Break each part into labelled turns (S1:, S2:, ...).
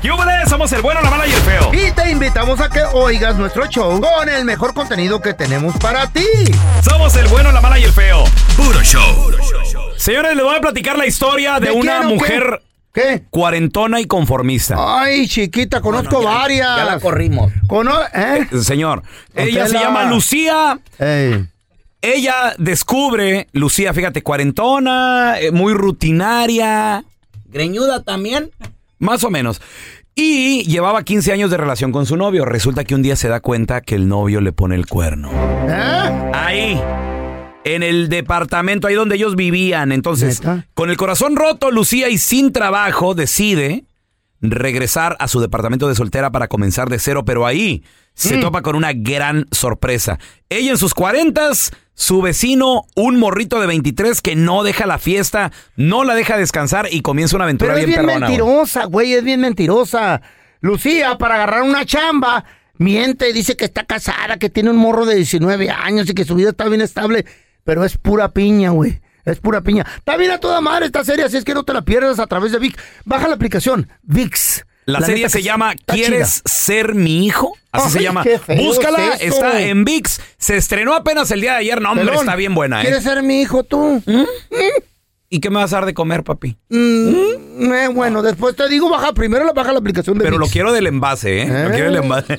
S1: ¡Yúbele! Somos el bueno, la mala y el feo.
S2: Y te invitamos a que oigas nuestro show con el mejor contenido que tenemos para ti.
S1: Somos el bueno, la mala y el feo.
S3: Puro show.
S1: Señores, les voy a platicar la historia de,
S2: ¿De
S1: una
S2: quién o qué?
S1: mujer
S2: ¿Qué?
S1: cuarentona y conformista.
S2: Ay, chiquita, conozco varias.
S4: Ya la corrimos.
S2: Cono- ¿eh?
S1: Señor, ella
S2: Don
S1: se
S2: Tela.
S1: llama Lucía.
S2: Ey.
S1: Ella descubre, Lucía, fíjate, cuarentona, eh, muy rutinaria,
S4: Greñuda también.
S1: Más o menos. Y llevaba 15 años de relación con su novio. Resulta que un día se da cuenta que el novio le pone el cuerno.
S2: ¿Eh?
S1: Ahí. En el departamento, ahí donde ellos vivían. Entonces,
S2: ¿Neta?
S1: con el corazón roto, Lucía y sin trabajo, decide regresar a su departamento de soltera para comenzar de cero. Pero ahí
S2: Mm.
S1: se topa con una gran sorpresa. Ella en sus cuarentas, su vecino, un morrito de 23 que no deja la fiesta, no la deja descansar y comienza una aventura
S2: Pero es
S1: bien,
S2: bien
S1: perrona, güey.
S2: mentirosa, güey, es bien mentirosa. Lucía, para agarrar una chamba, miente, dice que está casada, que tiene un morro de 19 años y que su vida está bien estable, pero es pura piña, güey. Es pura piña. Está bien a toda madre esta serie, así es que no te la pierdas a través de VIX. Baja la aplicación, VIX.
S1: La, serie
S2: neta
S1: se
S2: que
S1: llama
S2: está
S1: ¿Quieres ser mi hijo? Así
S2: Ay,
S1: se llama.
S2: qué feo
S1: Búscala,
S2: es eso.
S1: está en VIX. Se estrenó apenas el día de ayer. No,
S2: chida.
S1: hombre,
S2: Pelón,
S1: está bien buena, ¿eh?
S2: ¿Quieres ser mi hijo tú?
S1: ¿Y qué me vas a dar de comer, papi?
S2: Mm, eh, bueno, después te digo, baja primero la baja la aplicación de
S1: Pero lo
S2: VIX.
S1: quiero del envase, ¿eh?
S2: ¿Eh?
S1: Lo quiero del envase.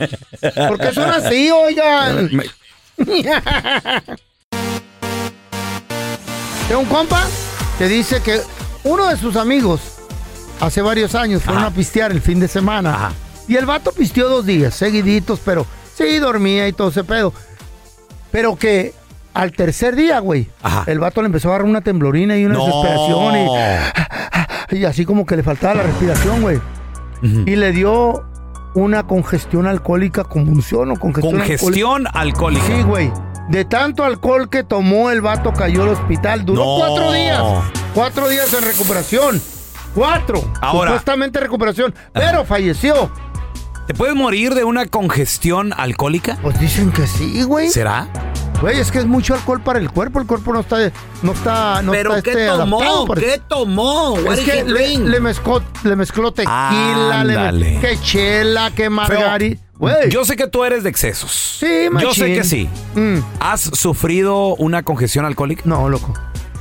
S2: ¿Por qué son así, oigan?
S1: Me-
S2: Tengo un compa que dice que uno de sus amigos hace varios años fueron a pistear el fin de semana.
S1: Ajá.
S2: Y el vato pisteó dos días seguiditos, pero sí dormía y todo ese pedo. Pero que al tercer día, güey,
S1: Ajá.
S2: el vato le empezó a dar una temblorina y una
S1: No.
S2: desesperación y, y así como que le faltaba la respiración, güey. Y le dio una congestión alcohólica, convulsión o congestión alcohólica.
S1: Congestión alcohólica.
S2: Sí, güey. De tanto alcohol que tomó, el vato cayó al hospital. Duró
S1: No.
S2: cuatro días. Cuatro días en recuperación. Cuatro.
S1: Ahora.
S2: Supuestamente recuperación. Pero falleció.
S1: ¿Te puedes morir de una congestión alcohólica?
S2: Pues dicen que sí, güey.
S1: ¿Será?
S2: Güey, es que es mucho alcohol para el cuerpo. El cuerpo no está. No está. No
S4: Pero
S2: está
S4: ¿qué
S2: este, adaptado
S4: tomó?
S2: para-
S4: ¿Qué tomó? What did
S2: Es
S4: he
S2: que le,
S4: drink?
S2: le mezcló, le mezcló tequila, le
S1: Ándale.
S2: mezcló, que chela, que
S1: Feo,
S2: margarita. Güey.
S1: Yo sé que tú eres de excesos.
S2: Sí, machín.
S1: Yo sé que sí.
S2: Mm,
S1: ¿Has sufrido una congestión alcohólica?
S2: no, loco.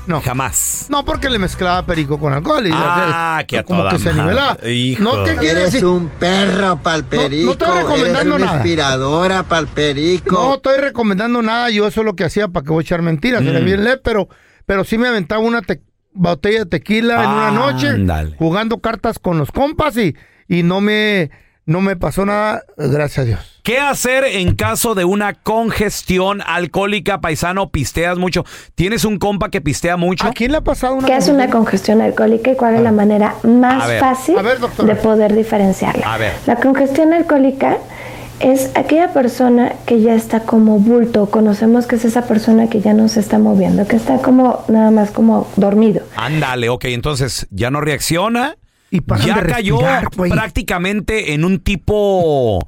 S2: No.
S1: Jamás.
S2: No, porque le mezclaba perico con alcohol. Y
S1: Ah,
S2: ya-
S1: que a
S2: como
S1: toda
S2: que se
S1: madre.
S2: nivelaba.
S1: Hijo.
S2: No te quiere
S5: Eres
S2: decir.
S5: un perro palperico.
S2: No- no estoy recomendando
S5: Eres una
S2: nada.
S5: inspiradora
S2: No
S5: palperico.
S2: estoy recomendando nada. Yo eso es lo que hacía para que voy a echar mentiras. Era
S1: Mm.
S2: bien leve, pero, pero sí me aventaba una te- botella de tequila en una noche
S1: Ándale.
S2: jugando cartas con los compas y, y no me no me pasó nada, gracias a Dios.
S1: ¿Qué hacer en caso de una congestión alcohólica, paisano? ¿Pisteas mucho? ¿Tienes un compa que pistea mucho?
S2: ¿A quién le ha pasado una
S6: ¿Qué es una congestión alcohólica y cuál es la manera
S1: A
S6: más
S1: ver.
S6: fácil
S2: A ver, doctora.
S6: de poder diferenciarla?
S1: A ver.
S6: La congestión alcohólica es aquella persona que ya está como bulto, conocemos que es esa persona que ya no se está moviendo, que está como nada más como dormido.
S1: Ándale, ok, entonces ya no reacciona.
S2: Y paran
S1: ya
S2: de
S1: cayó
S2: respirar, güey.
S1: prácticamente en un tipo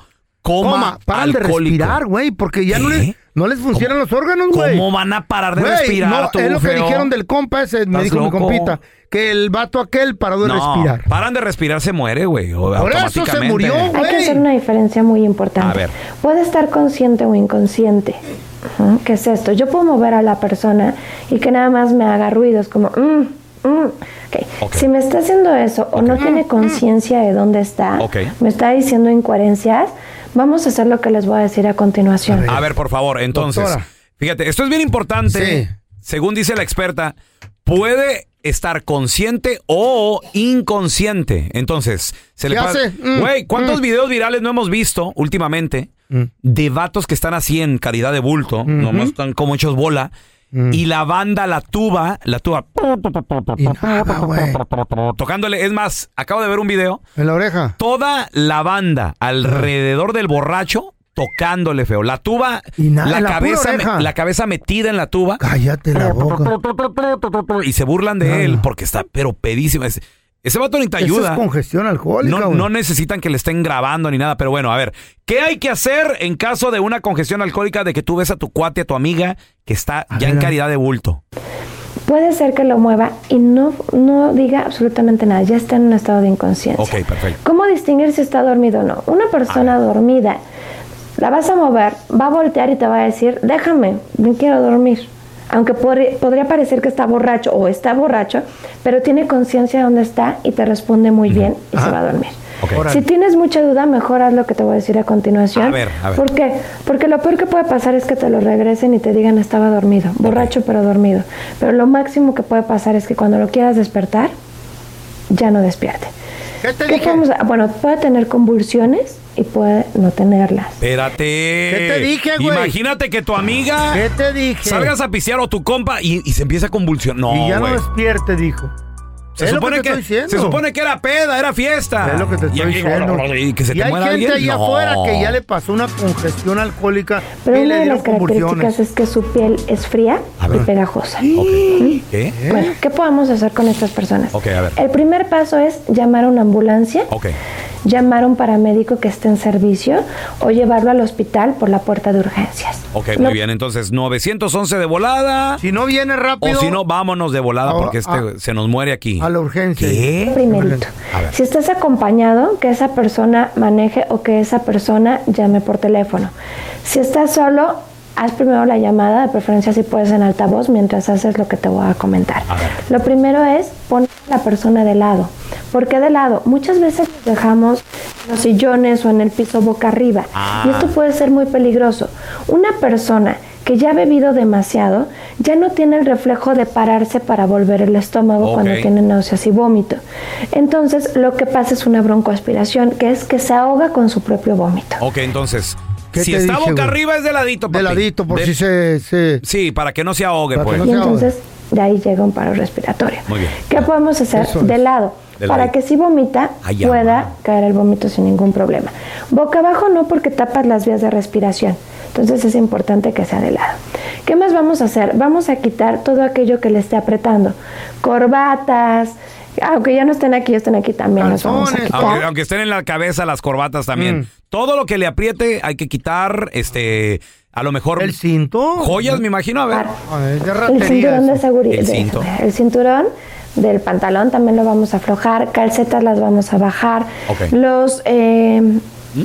S1: coma,
S2: Coma, paran de
S1: alcohólico.
S2: respirar, güey, porque ya no
S1: ¿Qué?
S2: les, no les funcionan los órganos, güey.
S1: ¿Cómo van a parar de
S2: Güey,
S1: respirar?
S2: no,
S1: tú,
S2: es lo que
S1: feo?
S2: dijeron del compa ese,
S1: ¿Estás
S2: me dijo mi
S1: loco?
S2: compita, que el vato aquel paró de
S1: No,
S2: respirar.
S1: paran de respirar, se muere, güey. o-
S2: Por eso se
S1: automáticamente.
S2: murió, güey.
S6: Hay que hacer una diferencia muy importante.
S1: A ver.
S6: Puede estar consciente o inconsciente. Ajá, ¿Qué es esto? Yo puedo mover a la persona y que nada más me haga ruidos como... mm, mm. Ok.
S1: Ok. Mm,
S6: Si me está haciendo eso o no tiene conciencia de dónde está,
S1: Ok.
S6: me está diciendo incoherencias, vamos a hacer lo que les voy a decir a continuación.
S1: A ver, por favor, entonces.
S2: Doctora.
S1: Fíjate, esto es bien importante.
S2: Sí.
S1: Según dice la experta, puede estar consciente o inconsciente. Entonces, se le
S2: ¿Qué
S1: pa-
S2: hace? Mm,
S1: Güey, ¿cuántos videos virales no hemos visto últimamente de vatos que están así en calidad de bulto? Nomás están como hechos bola. Y la banda, la tuba, la tuba,
S2: Mm. Y nada, güey.
S1: tocándole. Es más, acabo de ver un video
S2: En la oreja.
S1: toda la banda alrededor del borracho tocándole feo. La tuba,
S2: Y nada,
S1: la,
S2: la
S1: cabeza,
S2: pura
S1: me-
S2: oreja.
S1: la cabeza metida en la tuba
S2: Cállate la boca.
S1: y se burlan de
S2: Nada.
S1: él porque está pero pedísima. Ese, ese vato ni te
S2: Eso
S1: ayuda.
S2: es congestión alcohólica,
S1: No,
S2: güey.
S1: no necesitan que le estén grabando ni nada, pero bueno, a ver, ¿qué hay que hacer en caso de una congestión alcohólica de que tú ves a tu cuate, a tu amiga, que está ya en
S2: ver, a-
S1: calidad de bulto?
S6: puede ser que lo mueva y no, no diga absolutamente nada, ya está en un estado de inconsciencia.
S1: Ok, perfecto.
S6: ¿Cómo distinguir si está dormido o no? Una persona dormida, la vas a mover, va a voltear y te va a decir, déjame, me quiero dormir. Aunque podri- podría parecer que está borracho o está borracho, pero tiene conciencia de dónde está y te responde muy bien y se va a dormir.
S1: Ah. Ok.
S6: Si tienes mucha duda, mejor haz lo que te voy a decir a continuación.
S1: A ver, a ver.
S6: ¿Por qué? Porque lo peor que puede pasar es que te lo regresen y te digan estaba dormido, borracho pero dormido. Pero lo máximo que puede pasar es que cuando lo quieras despertar, ya no despierte.
S2: ¿Qué te
S6: ¿Qué
S2: dije?
S6: podemos- Bueno, puede tener convulsiones y puede no tenerlas.
S1: Espérate. ¿Qué
S2: te dije, güey?
S1: Imagínate que tu amiga
S2: ¿Qué te dije?
S1: salgas a pisear o tu compa y, y se empieza a convulsionar. No,
S2: y ya
S1: güey.
S2: no despierte, dijo.
S1: se,
S2: Es lo
S1: supone
S2: te
S1: que,
S2: estoy diciendo.
S1: se supone que era peda, era fiesta.
S2: Es lo que te
S1: Y
S2: estoy
S1: aquí-
S2: diciendo.
S1: Y que se
S2: y
S1: te
S2: hay
S1: muera
S2: gente
S1: alguien.
S2: allá
S1: No.
S2: afuera que ya le pasó una congestión alcohólica
S6: Pero
S2: y le
S6: una de
S2: dieron
S6: las
S2: convulsiones.
S6: características es que su piel es fría
S1: A ver.
S6: y pegajosa.
S1: ¿Qué?
S6: Bueno, ¿qué podemos hacer con estas personas?
S1: Ok, a ver.
S6: El primer paso es llamar a una ambulancia.
S1: Ok.
S6: llamar a un paramédico que esté en servicio o llevarlo al hospital por la puerta de urgencias.
S1: Ok,
S6: Lo-
S1: muy bien. Entonces, 911 de volada.
S2: Si no viene rápido,
S1: o si no, vámonos de volada
S2: Ahora,
S1: porque este
S2: a-
S1: güey, se nos muere aquí.
S2: a la urgencia.
S1: ¿Qué?
S6: Primerito.
S1: A ver.
S6: Si estás acompañado, que esa persona maneje o que esa persona llame por teléfono. Si estás solo, haz primero la llamada, de preferencia si puedes en altavoz mientras haces lo que te voy a comentar.
S1: A ver.
S6: Lo primero es poner a la persona de lado. ¿Por qué de lado? Muchas veces nos dejamos en los sillones o en el piso boca arriba. Y
S1: Ah.
S6: esto puede ser muy peligroso. Una persona que ya ha bebido demasiado, ya no tiene el reflejo de pararse para volver el estómago
S1: Ok.
S6: cuando tiene náuseas y vómito. Entonces, lo que pasa es una broncoaspiración, que es que se ahoga con su propio vómito.
S1: Ok, entonces.
S2: ¿Qué
S1: Si
S2: te
S1: está
S2: dije,
S1: boca
S2: güey?
S1: arriba es de ladito, papi.
S2: de ladito, por
S1: De-
S2: si se, se-
S1: Sí, para que no se ahogue,
S2: Para que
S1: pues.
S2: no
S6: Y
S2: se ahogue.
S6: entonces, de ahí llega un paro respiratorio.
S1: Muy bien. Ah,
S6: ¿Qué podemos hacer?
S2: Eso es.
S6: De lado.
S1: De
S6: para
S1: lado.
S6: que si vomita
S1: Ay, ya,
S6: pueda
S1: ma.
S6: caer el vómito sin ningún problema. Boca abajo no porque tapas las vías de respiración. Entonces es importante que sea de lado. ¿Qué más vamos a hacer? Vamos a quitar todo aquello que le esté apretando. Corbatas, aunque ya no estén aquí, estén aquí también. los vamos a
S2: Calzones.
S6: quitar.
S1: Aunque, aunque estén en la cabeza las corbatas también.
S2: Mm.
S1: Todo lo que le apriete hay que quitar, este, a lo mejor
S2: el cinto.
S1: joyas, me imagino, a ver.
S2: A ver, de
S6: El
S2: ratería.
S6: cinturón de
S2: eso.
S6: seguridad.
S1: El cinto.
S6: El cinturón del pantalón también lo vamos a aflojar, calcetas las vamos a bajar,
S1: Ok. ¿Mm?
S6: los eh,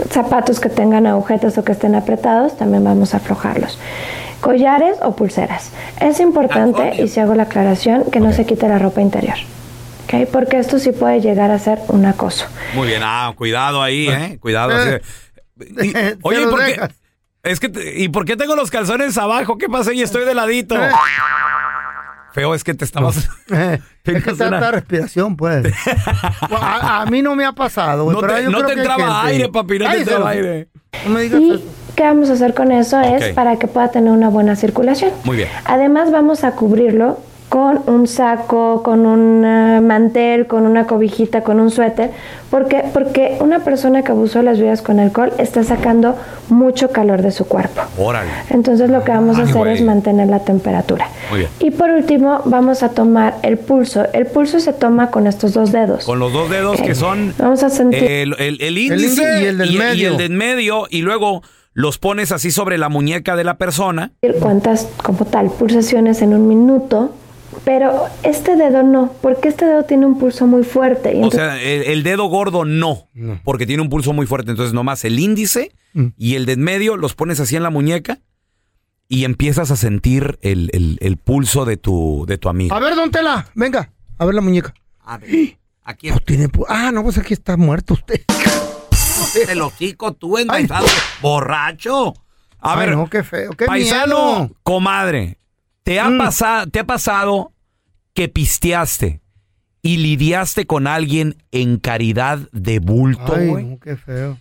S6: zapatos que tengan agujetas o que estén apretados también vamos a aflojarlos. Collares o pulseras. Es importante,
S1: Ah, obvio.
S6: y si hago la aclaración, que no se quite la ropa interior. ¿ok? Porque esto sí puede llegar a ser un acoso.
S1: Muy bien, ah, cuidado ahí, eh. Cuidado. así de- Y-
S2: Se
S1: oye, ¿y
S2: lo
S1: ¿por qué?
S2: dejas.
S1: Es que, te- ¿y por qué tengo los calzones abajo? ¿Qué pasa? Y estoy de ladito. Feo es que te estabas.
S2: Eh, es que
S1: Tengas una-
S2: tanta respiración, pues. a, a mí no me ha pasado, güey.
S1: No
S2: pero
S1: te-
S2: yo
S1: no
S2: creo
S1: te
S2: que hay
S1: entraba
S2: gente-
S1: aire, papi, no te
S2: Cállese,
S1: entraba
S2: güey.
S1: aire.
S2: No me digas
S6: Y
S2: eso.
S6: qué vamos a hacer con eso
S1: Ok.
S6: es para que pueda tener una buena circulación.
S1: Muy bien.
S6: Además vamos a cubrirlo con un saco, con un eh, mantel, con una cobijita, con un suéter, porque porque una persona que abusó de las bebidas con alcohol está sacando mucho calor de su cuerpo.
S1: Órale.
S6: Entonces lo que vamos a
S1: Ah,
S6: hacer
S1: güey.
S6: es mantener la temperatura.
S1: Muy bien.
S6: Y por último vamos a tomar el pulso. El pulso se toma con estos dos dedos.
S1: Con los dos dedos que son. eh,
S6: Vamos a sentir.
S1: El, el- el índice
S2: índice y el del
S1: y
S2: medio.
S1: el del medio, y luego los pones así sobre la muñeca de la persona.
S6: decir cuántas, como tal, pulsaciones en un minuto, pero este dedo no, porque este dedo tiene un pulso muy fuerte. Y
S1: O
S6: entonces,
S1: sea, el, el dedo gordo no, porque tiene un pulso muy fuerte. Entonces, nomás el índice
S2: Mm.
S1: y el de en medio los pones así en la muñeca y empiezas a sentir el, el- el pulso de tu, de tu amigo.
S2: A ver, don Tela, venga, a ver la muñeca.
S4: A ver, aquí
S2: No tiene pu- Ah, no, pues aquí está muerto usted.
S4: te lo chico, tú enganchado, borracho.
S1: A
S2: Ay,
S1: ver,
S2: no, qué feo, qué
S1: paisano,
S2: miedo.
S1: comadre, ¿te ha,
S2: Mm.
S1: pasa- ¿te ha pasado que pisteaste y lidiaste con alguien en caridad de bulto,
S2: Ay,
S1: güey?
S2: no, qué feo.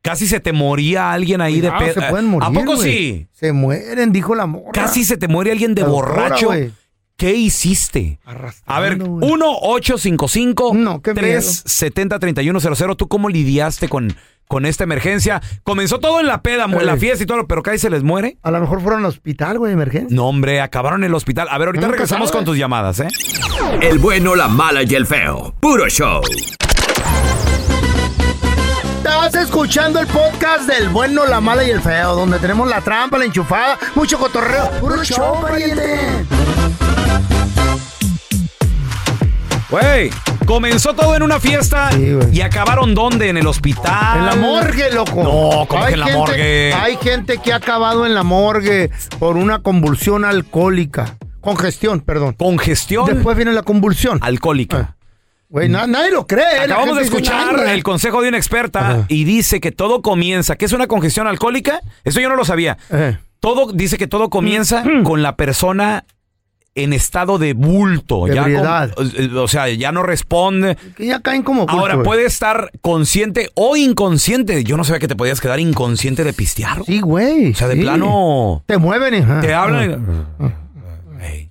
S1: Casi se te moría alguien ahí
S2: Cuidado,
S1: de pedo.
S2: se pueden morir,
S1: ¿A poco
S2: güey.
S1: sí?
S2: Se mueren, dijo la morra.
S1: Casi se te muere alguien de
S2: La doctora,
S1: borracho.
S2: güey.
S1: ¿Qué hiciste? A ver,
S2: Arrastrando, güey.
S1: 1-855-370-3100.
S2: No, qué miedo.
S1: 3100 ¿Tú cómo lidiaste con, con esta emergencia? Comenzó todo en la peda, mu-
S2: Ey.
S1: la fiesta y todo, pero casi se les muere.
S2: A lo mejor fueron al hospital, güey, de emergencia.
S1: No, hombre, acabaron en el hospital. A ver, ahorita
S2: Nunca
S1: regresamos
S2: sabe.
S1: con tus llamadas, ¿eh?
S3: El bueno, la mala y el feo. Puro show.
S2: Estás escuchando el podcast del bueno, la mala y el feo, donde tenemos la trampa, la enchufada, mucho cotorreo. ¡Puro show, pariente!
S1: Güey, comenzó todo en una fiesta
S2: Sí, güey.
S1: y acabaron ¿dónde? En el hospital.
S2: En la morgue, loco.
S1: No, ¿cómo que en la
S2: gente-
S1: morgue?
S2: Hay gente que ha acabado en la morgue por una convulsión alcohólica. Congestión, perdón.
S1: Congestión
S2: Después viene la convulsión.
S1: alcohólica.
S2: Güey, na- nadie lo cree. ¿eh? La
S1: Acabamos de
S2: gente dice,
S1: escuchar
S2: "Nah, güey".
S1: el consejo de una experta
S2: Ajá.
S1: y dice que todo comienza. ¿Qué es una congestión alcohólica? Eso yo no lo sabía.
S2: Eh.
S1: Todo dice que todo comienza
S2: Mm.
S1: con la persona en estado de bulto,
S2: De
S1: ya con-
S2: ebriedad.
S1: o o sea, ya no responde.
S2: Que ya caen como pues, bulto,
S1: Ahora
S2: güey.
S1: puede estar consciente o inconsciente. Yo no sabía que te podías quedar inconsciente de pistear.
S2: Sí, güey.
S1: o sea, de
S2: sí.
S1: plano
S2: Te mueven, hija. Ah,
S1: te hablan. Ey,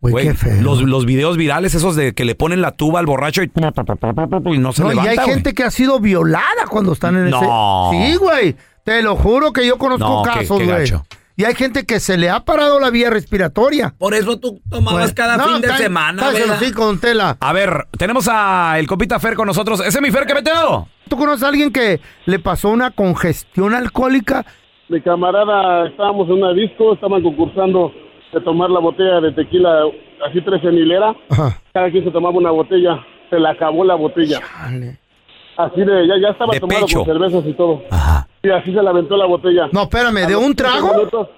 S2: Güey,
S1: güey,
S2: qué feo.
S1: los, los videos virales esos de que le ponen la tuba al borracho y, y no se
S2: No,
S1: levanta.
S2: y hay
S1: güey.
S2: gente que ha sido violada cuando están en
S1: No.
S2: ese. Sí, güey. Te lo juro que yo conozco
S1: No, qué-
S2: casos,
S1: qué
S2: güey.
S1: gacho.
S2: Y hay gente que se le ha parado la vía respiratoria.
S4: Por eso tú tomabas
S2: Güey.
S4: cada
S2: Pues, No,
S4: fin de
S2: cá-
S4: semana,
S2: cállese el
S4: ¿verdad?
S2: hocico, don Tela.
S1: A ver, tenemos a el copita Fer con nosotros. Ese es mi Fer que metido.
S2: ¿Tú conoces a alguien que le pasó una congestión alcohólica?
S7: Mi camarada, estábamos en una disco, estaban concursando de tomar la botella de tequila, así tres en hilera.
S2: Ajá.
S7: Cada quien se tomaba una botella, se le acabó la botella.
S2: Chale.
S7: Así de, ya, ya estaba
S1: De
S7: tomado
S1: pecho.
S7: con cervezas y todo.
S1: Ajá.
S7: Y así se la aventó la botella.
S2: No, espérame,
S7: A
S2: ¿de
S7: los 15
S2: un trago?
S7: minutos,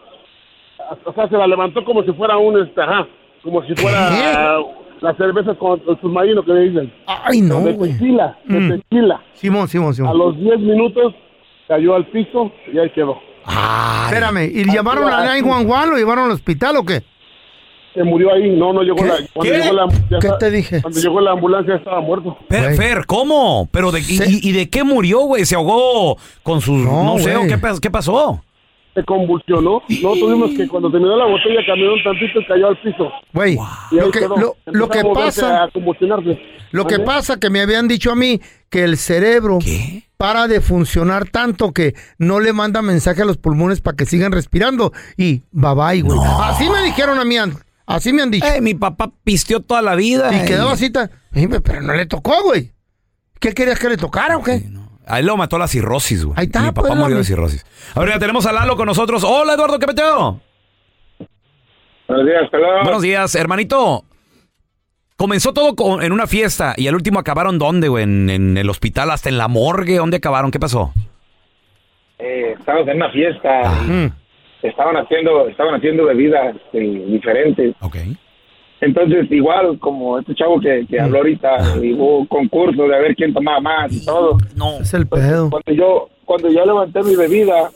S7: o sea, se la levantó como si fuera un, este, ajá, como si fuera las cervezas con el submarino que le dicen.
S2: Ay, no,
S7: de
S2: güey.
S7: tequila, de
S2: Mm.
S7: tequila.
S2: Simón, Simón,
S7: A
S2: Simón.
S7: los 10 minutos cayó al piso y ahí quedó.
S2: Espérame, ¿y llamaron a 911? ¿Lo llevaron al hospital o qué?
S7: Se murió ahí, no, no llegó la. Cuando
S1: ¿Qué?
S7: Llegó la ya
S2: ¿Qué
S7: estaba-
S2: te dije?
S7: Cuando llegó la ambulancia estaba muerto.
S1: Fer,
S2: Güey.
S1: Fer, ¿cómo? Pero de, y-
S2: Se-
S1: y, y de qué murió, güey? ¿Se ahogó con sus... No,
S2: No,
S1: sé, ¿o
S2: güey.
S1: ¿qué, pas- qué pasó?
S7: Se convulsionó. No tuvimos que cuando terminó la botella caminó un tantito y cayó al piso.
S2: Güey,
S7: Y ahí
S2: lo que,
S7: quedó.
S2: lo, lo
S7: Empezó
S2: que
S7: a moverse,
S2: pasa...
S7: A convulsionarse.
S2: Lo que
S7: Ajá.
S2: pasa que me habían dicho a mí que el cerebro
S1: ¿Qué?
S2: para de funcionar tanto que no le manda mensaje a los pulmones para que sigan respirando y bye bye, güey. Así me dijeron a mí, an- así me han dicho.
S1: Eh, mi papá pisteó toda la vida.
S2: y quedaba así, tan- Ey, pero no le tocó, güey. ¿Qué querías que le tocara o qué?
S1: A él lo mató la cirrosis, güey.
S2: Ahí está,
S1: Mi papá
S2: pues,
S1: murió de
S2: mami.
S1: cirrosis. Ahora ya tenemos a Lalo con nosotros. Hola, Eduardo, ¿qué peteo?
S7: Buenos días,
S8: Ah.
S7: hola.
S1: Buenos días, hermanito. Comenzó todo con- en una fiesta y al último acabaron dónde, güey? En, en el hospital, hasta en la morgue. ¿Dónde acabaron? ¿Qué pasó?
S8: Eh, estábamos en una fiesta
S2: Mm.
S8: y estaban haciendo estaban haciendo bebidas eh, diferentes
S1: Ok.
S8: entonces igual como este chavo que,
S2: Mm.
S8: que habló ahorita eh, hubo un concurso de a ver quién tomaba más y todo
S2: Es el pedo.
S8: cuando yo cuando yo levanté mi bebida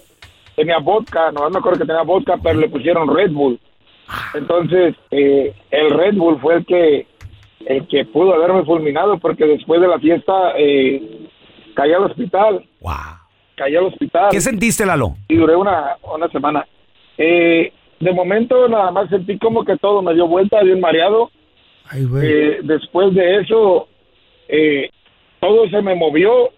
S8: tenía vodka no me acuerdo que tenía vodka pero le pusieron Red Bull entonces eh, el Red Bull fue el que el que pudo haberme fulminado porque después de la fiesta eh, caí al hospital
S1: Wow.
S8: caí al hospital
S1: ¿Qué sentiste, Lalo?
S8: y duré una, una semana. Eh, de momento nada más sentí como que todo me dio vuelta, bien mareado.
S2: Ay, güey.
S8: Eh, después de eso, eh, todo se me movió.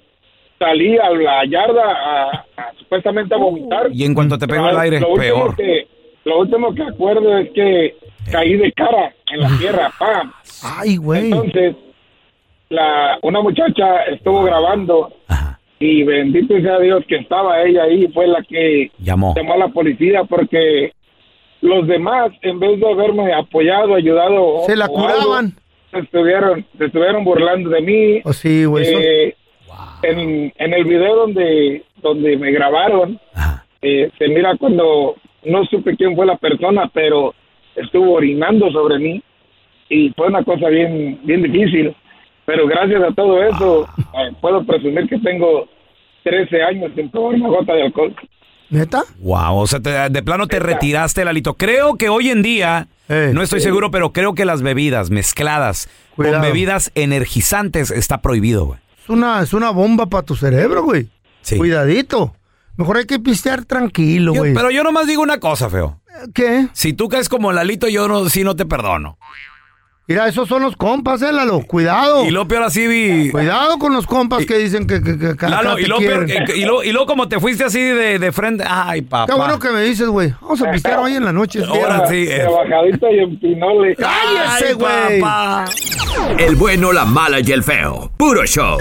S8: Salí a la yarda a, a supuestamente a vomitar.
S1: Uh. Y en cuanto te pegó
S8: Pero
S1: el aire,
S8: Ah, lo último
S1: peor.
S8: que- lo último que acuerdo es que caí de cara en la tierra, ¡pam!
S2: Ay, güey.
S8: Entonces, la, una muchacha estuvo grabando
S1: Ajá.
S8: y bendito sea Dios que estaba ella ahí, fue la que
S1: Llamó.
S8: llamó a la policía porque los demás, en vez de haberme apoyado, ayudado, o-
S2: Se la
S8: o algo,
S2: curaban.
S8: se estuvieron, se estuvieron burlando de mí.
S2: Oh, sí, güey. eso-
S8: Eh, en, en el video donde, donde me grabaron,
S1: Ajá.
S8: eh, se mira cuando no supe quién fue la persona, pero estuvo orinando sobre mí y fue una cosa bien, bien difícil. Pero gracias a todo eso,
S2: Ah.
S8: eh, puedo presumir que tengo 13 años sin tomar una gota de alcohol.
S2: ¿Neta?
S1: Wow, o sea, te- de plano te retiraste, Lalito. Creo que hoy en día,
S2: Eh.
S1: no estoy seguro, pero creo que las bebidas mezcladas
S2: Cuidado.
S1: con bebidas energizantes está prohibido, güey.
S2: Es una, es una bomba para tu cerebro, güey.
S1: Sí.
S2: Cuidadito. Mejor hay que pistear tranquilo,
S1: Yo-
S2: güey.
S1: pero yo nomás digo una cosa, feo.
S2: ¿Qué?
S1: Si tú caes como Lalito, yo no, sí no te perdono.
S2: Mira, esos son los compas, eh, Lalo. Cuidado.
S1: Y lo peor así,
S2: Ah,
S1: vi-
S2: Cuidado con los compas que dicen que, que, que, que acá
S1: Lalo,
S2: te
S1: y lo peor- eh,
S2: quieren.
S1: y lo- y lo como te fuiste así de, de frente. Ay, papá.
S2: Qué bueno que me dices, güey. Vamos a pistear hoy en la noche. es
S1: Ahora
S2: viernes.
S1: sí, eh.
S8: Trabajadito y en pinole.
S2: ¡Cállese, güey!
S1: papá.
S3: El bueno, la mala y el feo. Puro show.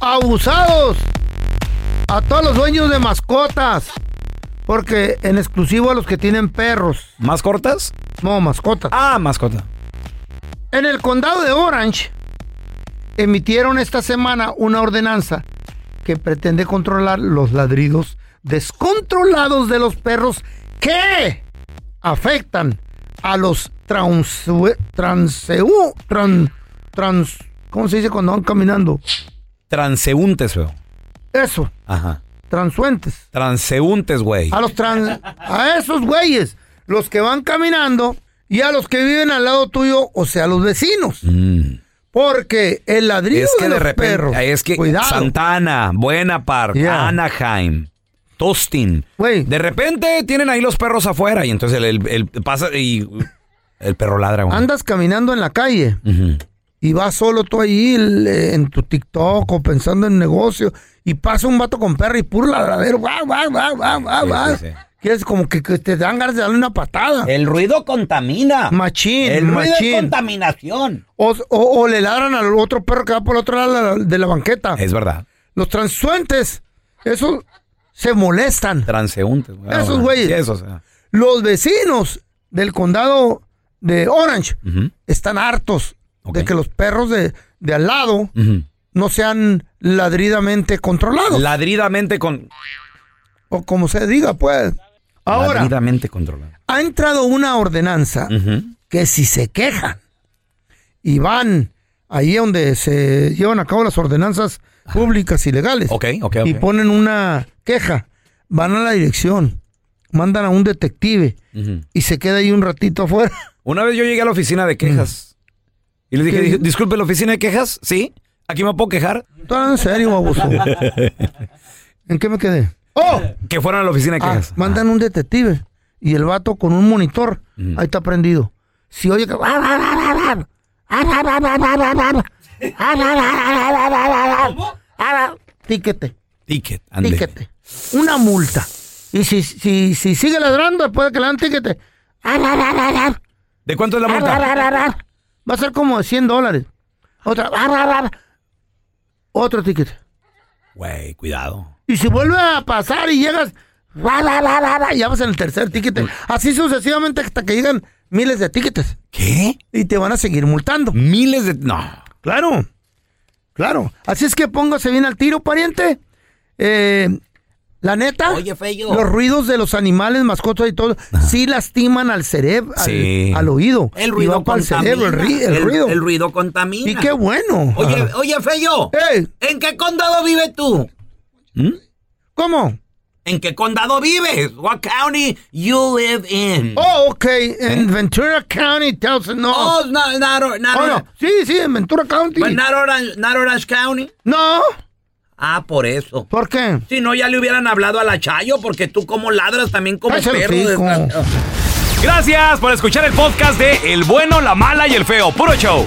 S2: Abusados a todos los dueños de mascotas. Porque en exclusivo a los que tienen perros.
S1: ¿Más cortas?
S2: No, mascotas.
S1: Ah, mascota.
S2: En el condado de Orange emitieron esta semana una ordenanza que pretende controlar los ladridos descontrolados de los perros que afectan a los transue- transeú, tran- trans, ¿cómo se dice cuando van caminando?
S1: Transeúntes, feo.
S2: Eso,
S1: Ajá.
S2: transuentes.
S1: Transeúntes, güey.
S2: A los trans, a esos güeyes, los que van caminando y a los que viven al lado tuyo, o sea, los vecinos.
S1: Mm.
S2: Porque el ladrillo
S1: Es que
S2: de,
S1: de
S2: los
S1: repente,
S2: perros,
S1: es que
S2: cuidado,
S1: Santana, Buena Park,
S2: Yeah.
S1: Anaheim, Tostin,
S2: Güey.
S1: de repente tienen ahí los perros afuera y entonces el, el- el pasa y el perro ladra, güey.
S2: andas caminando en la calle
S1: Ujú.
S2: y vas solo tú ahí le- en tu TikTok o pensando en negocio y pasa un vato con perro y puro ladradero, guau, guau, guau, guau, guau,
S1: Sí,
S2: guau.
S1: sí, Eh, sí.
S2: Quieres como que, que te dan ganas de darle una patada.
S4: El ruido contamina.
S2: Machín,
S4: el ruido es
S2: machín.
S4: contaminación.
S2: O, o- o le ladran al otro perro que va por el otro lado de la- de la banqueta.
S1: Es verdad.
S2: Los transuentes, esos se molestan.
S1: Transeúntes, güey. Ah,
S2: Esos
S1: bueno.
S2: güeyes.
S1: Sí, esos, ah.
S2: Los vecinos del condado de Orange
S1: Ujú,
S2: están hartos
S1: Ok.
S2: de que los perros de, de al lado
S1: ujú.
S2: no sean ladridamente controlados.
S1: Ladridamente con.
S2: o como se diga, pues. Ahora,
S1: Ladridamente controlado.
S2: ha entrado una ordenanza
S1: Ujú.
S2: que si se quejan y van ahí donde se llevan a cabo las ordenanzas públicas y legales
S1: Ah. Ok, ok,
S2: y
S1: ok.
S2: ponen una queja, van a la dirección, mandan a un detective
S1: Ujú.
S2: y se queda ahí un ratito afuera.
S1: Una vez yo llegué a la oficina de quejas y les dije,
S2: Mm. ¿Qué
S1: "Dis-
S2: dijo?
S1: disculpe, ¿la oficina de quejas? Sí, aquí me puedo quejar.
S2: ¿Tú eres en serio, baboso? ¿En qué me quedé? ¡Oh!
S1: Que fueron a la oficina de
S2: Ah,
S1: quejas.
S2: mandan un detective y el vato con un monitor,
S1: Ujú.
S2: ahí está prendido. Si oye que... Tíquete,
S1: Ticket, ande.
S2: tíquete. Una multa. Y si, si, si sigue ladrando después de que le dan tíquete...
S1: ¿De cuánto es la
S2: Ar,
S1: multa?
S2: ar, ar, ar. Va a ser como de 100 dólares. Otra. ar, ar, ar. Otro ticket.
S1: Güey, cuidado.
S2: Y si vuelve a pasar y llegas. ar, ar, ar, ar, Ya vas en el tercer ticket. Así sucesivamente hasta que llegan miles de tickets.
S1: ¿Qué?
S2: Y te van a seguir multando.
S1: Miles de... No.
S2: Mm. Claro. Claro. Así es que póngase bien al tiro, pariente. Eh, la neta,
S4: Oye, Feyo.
S2: los ruidos de los animales, mascotas y todo, sí lastiman al cerebro, al,
S1: Sí.
S2: al oído.
S4: El
S2: Y
S4: ruido
S2: va pa'l
S4: contamina.
S2: cerebro, el, ri- el ruido.
S4: el ruido contamina.
S2: Y qué bueno.
S4: Oye,
S2: Ajá.
S4: oye, Feyo.
S2: Ey,
S4: ¿En qué condado vives tú?
S2: ¿Cómo?
S4: ¿En qué condado vives? What county you live in?
S2: Oh, ok, en Ventura County, Towson, no. Oh,
S4: Oh, no, not, or- not, or-
S2: no. Sí, sí, en Ventura County.
S4: but not Orange, not Orange County.
S2: No,
S4: Ah, por eso.
S2: ¿por qué?
S4: Si no, ya le hubieran hablado a la Chayo, porque tú como ladras también como
S2: Cállese el
S4: perro.
S2: hocico.
S4: desgraciado.
S1: Gracias por escuchar el podcast de El bueno, la mala y el feo. Puro show.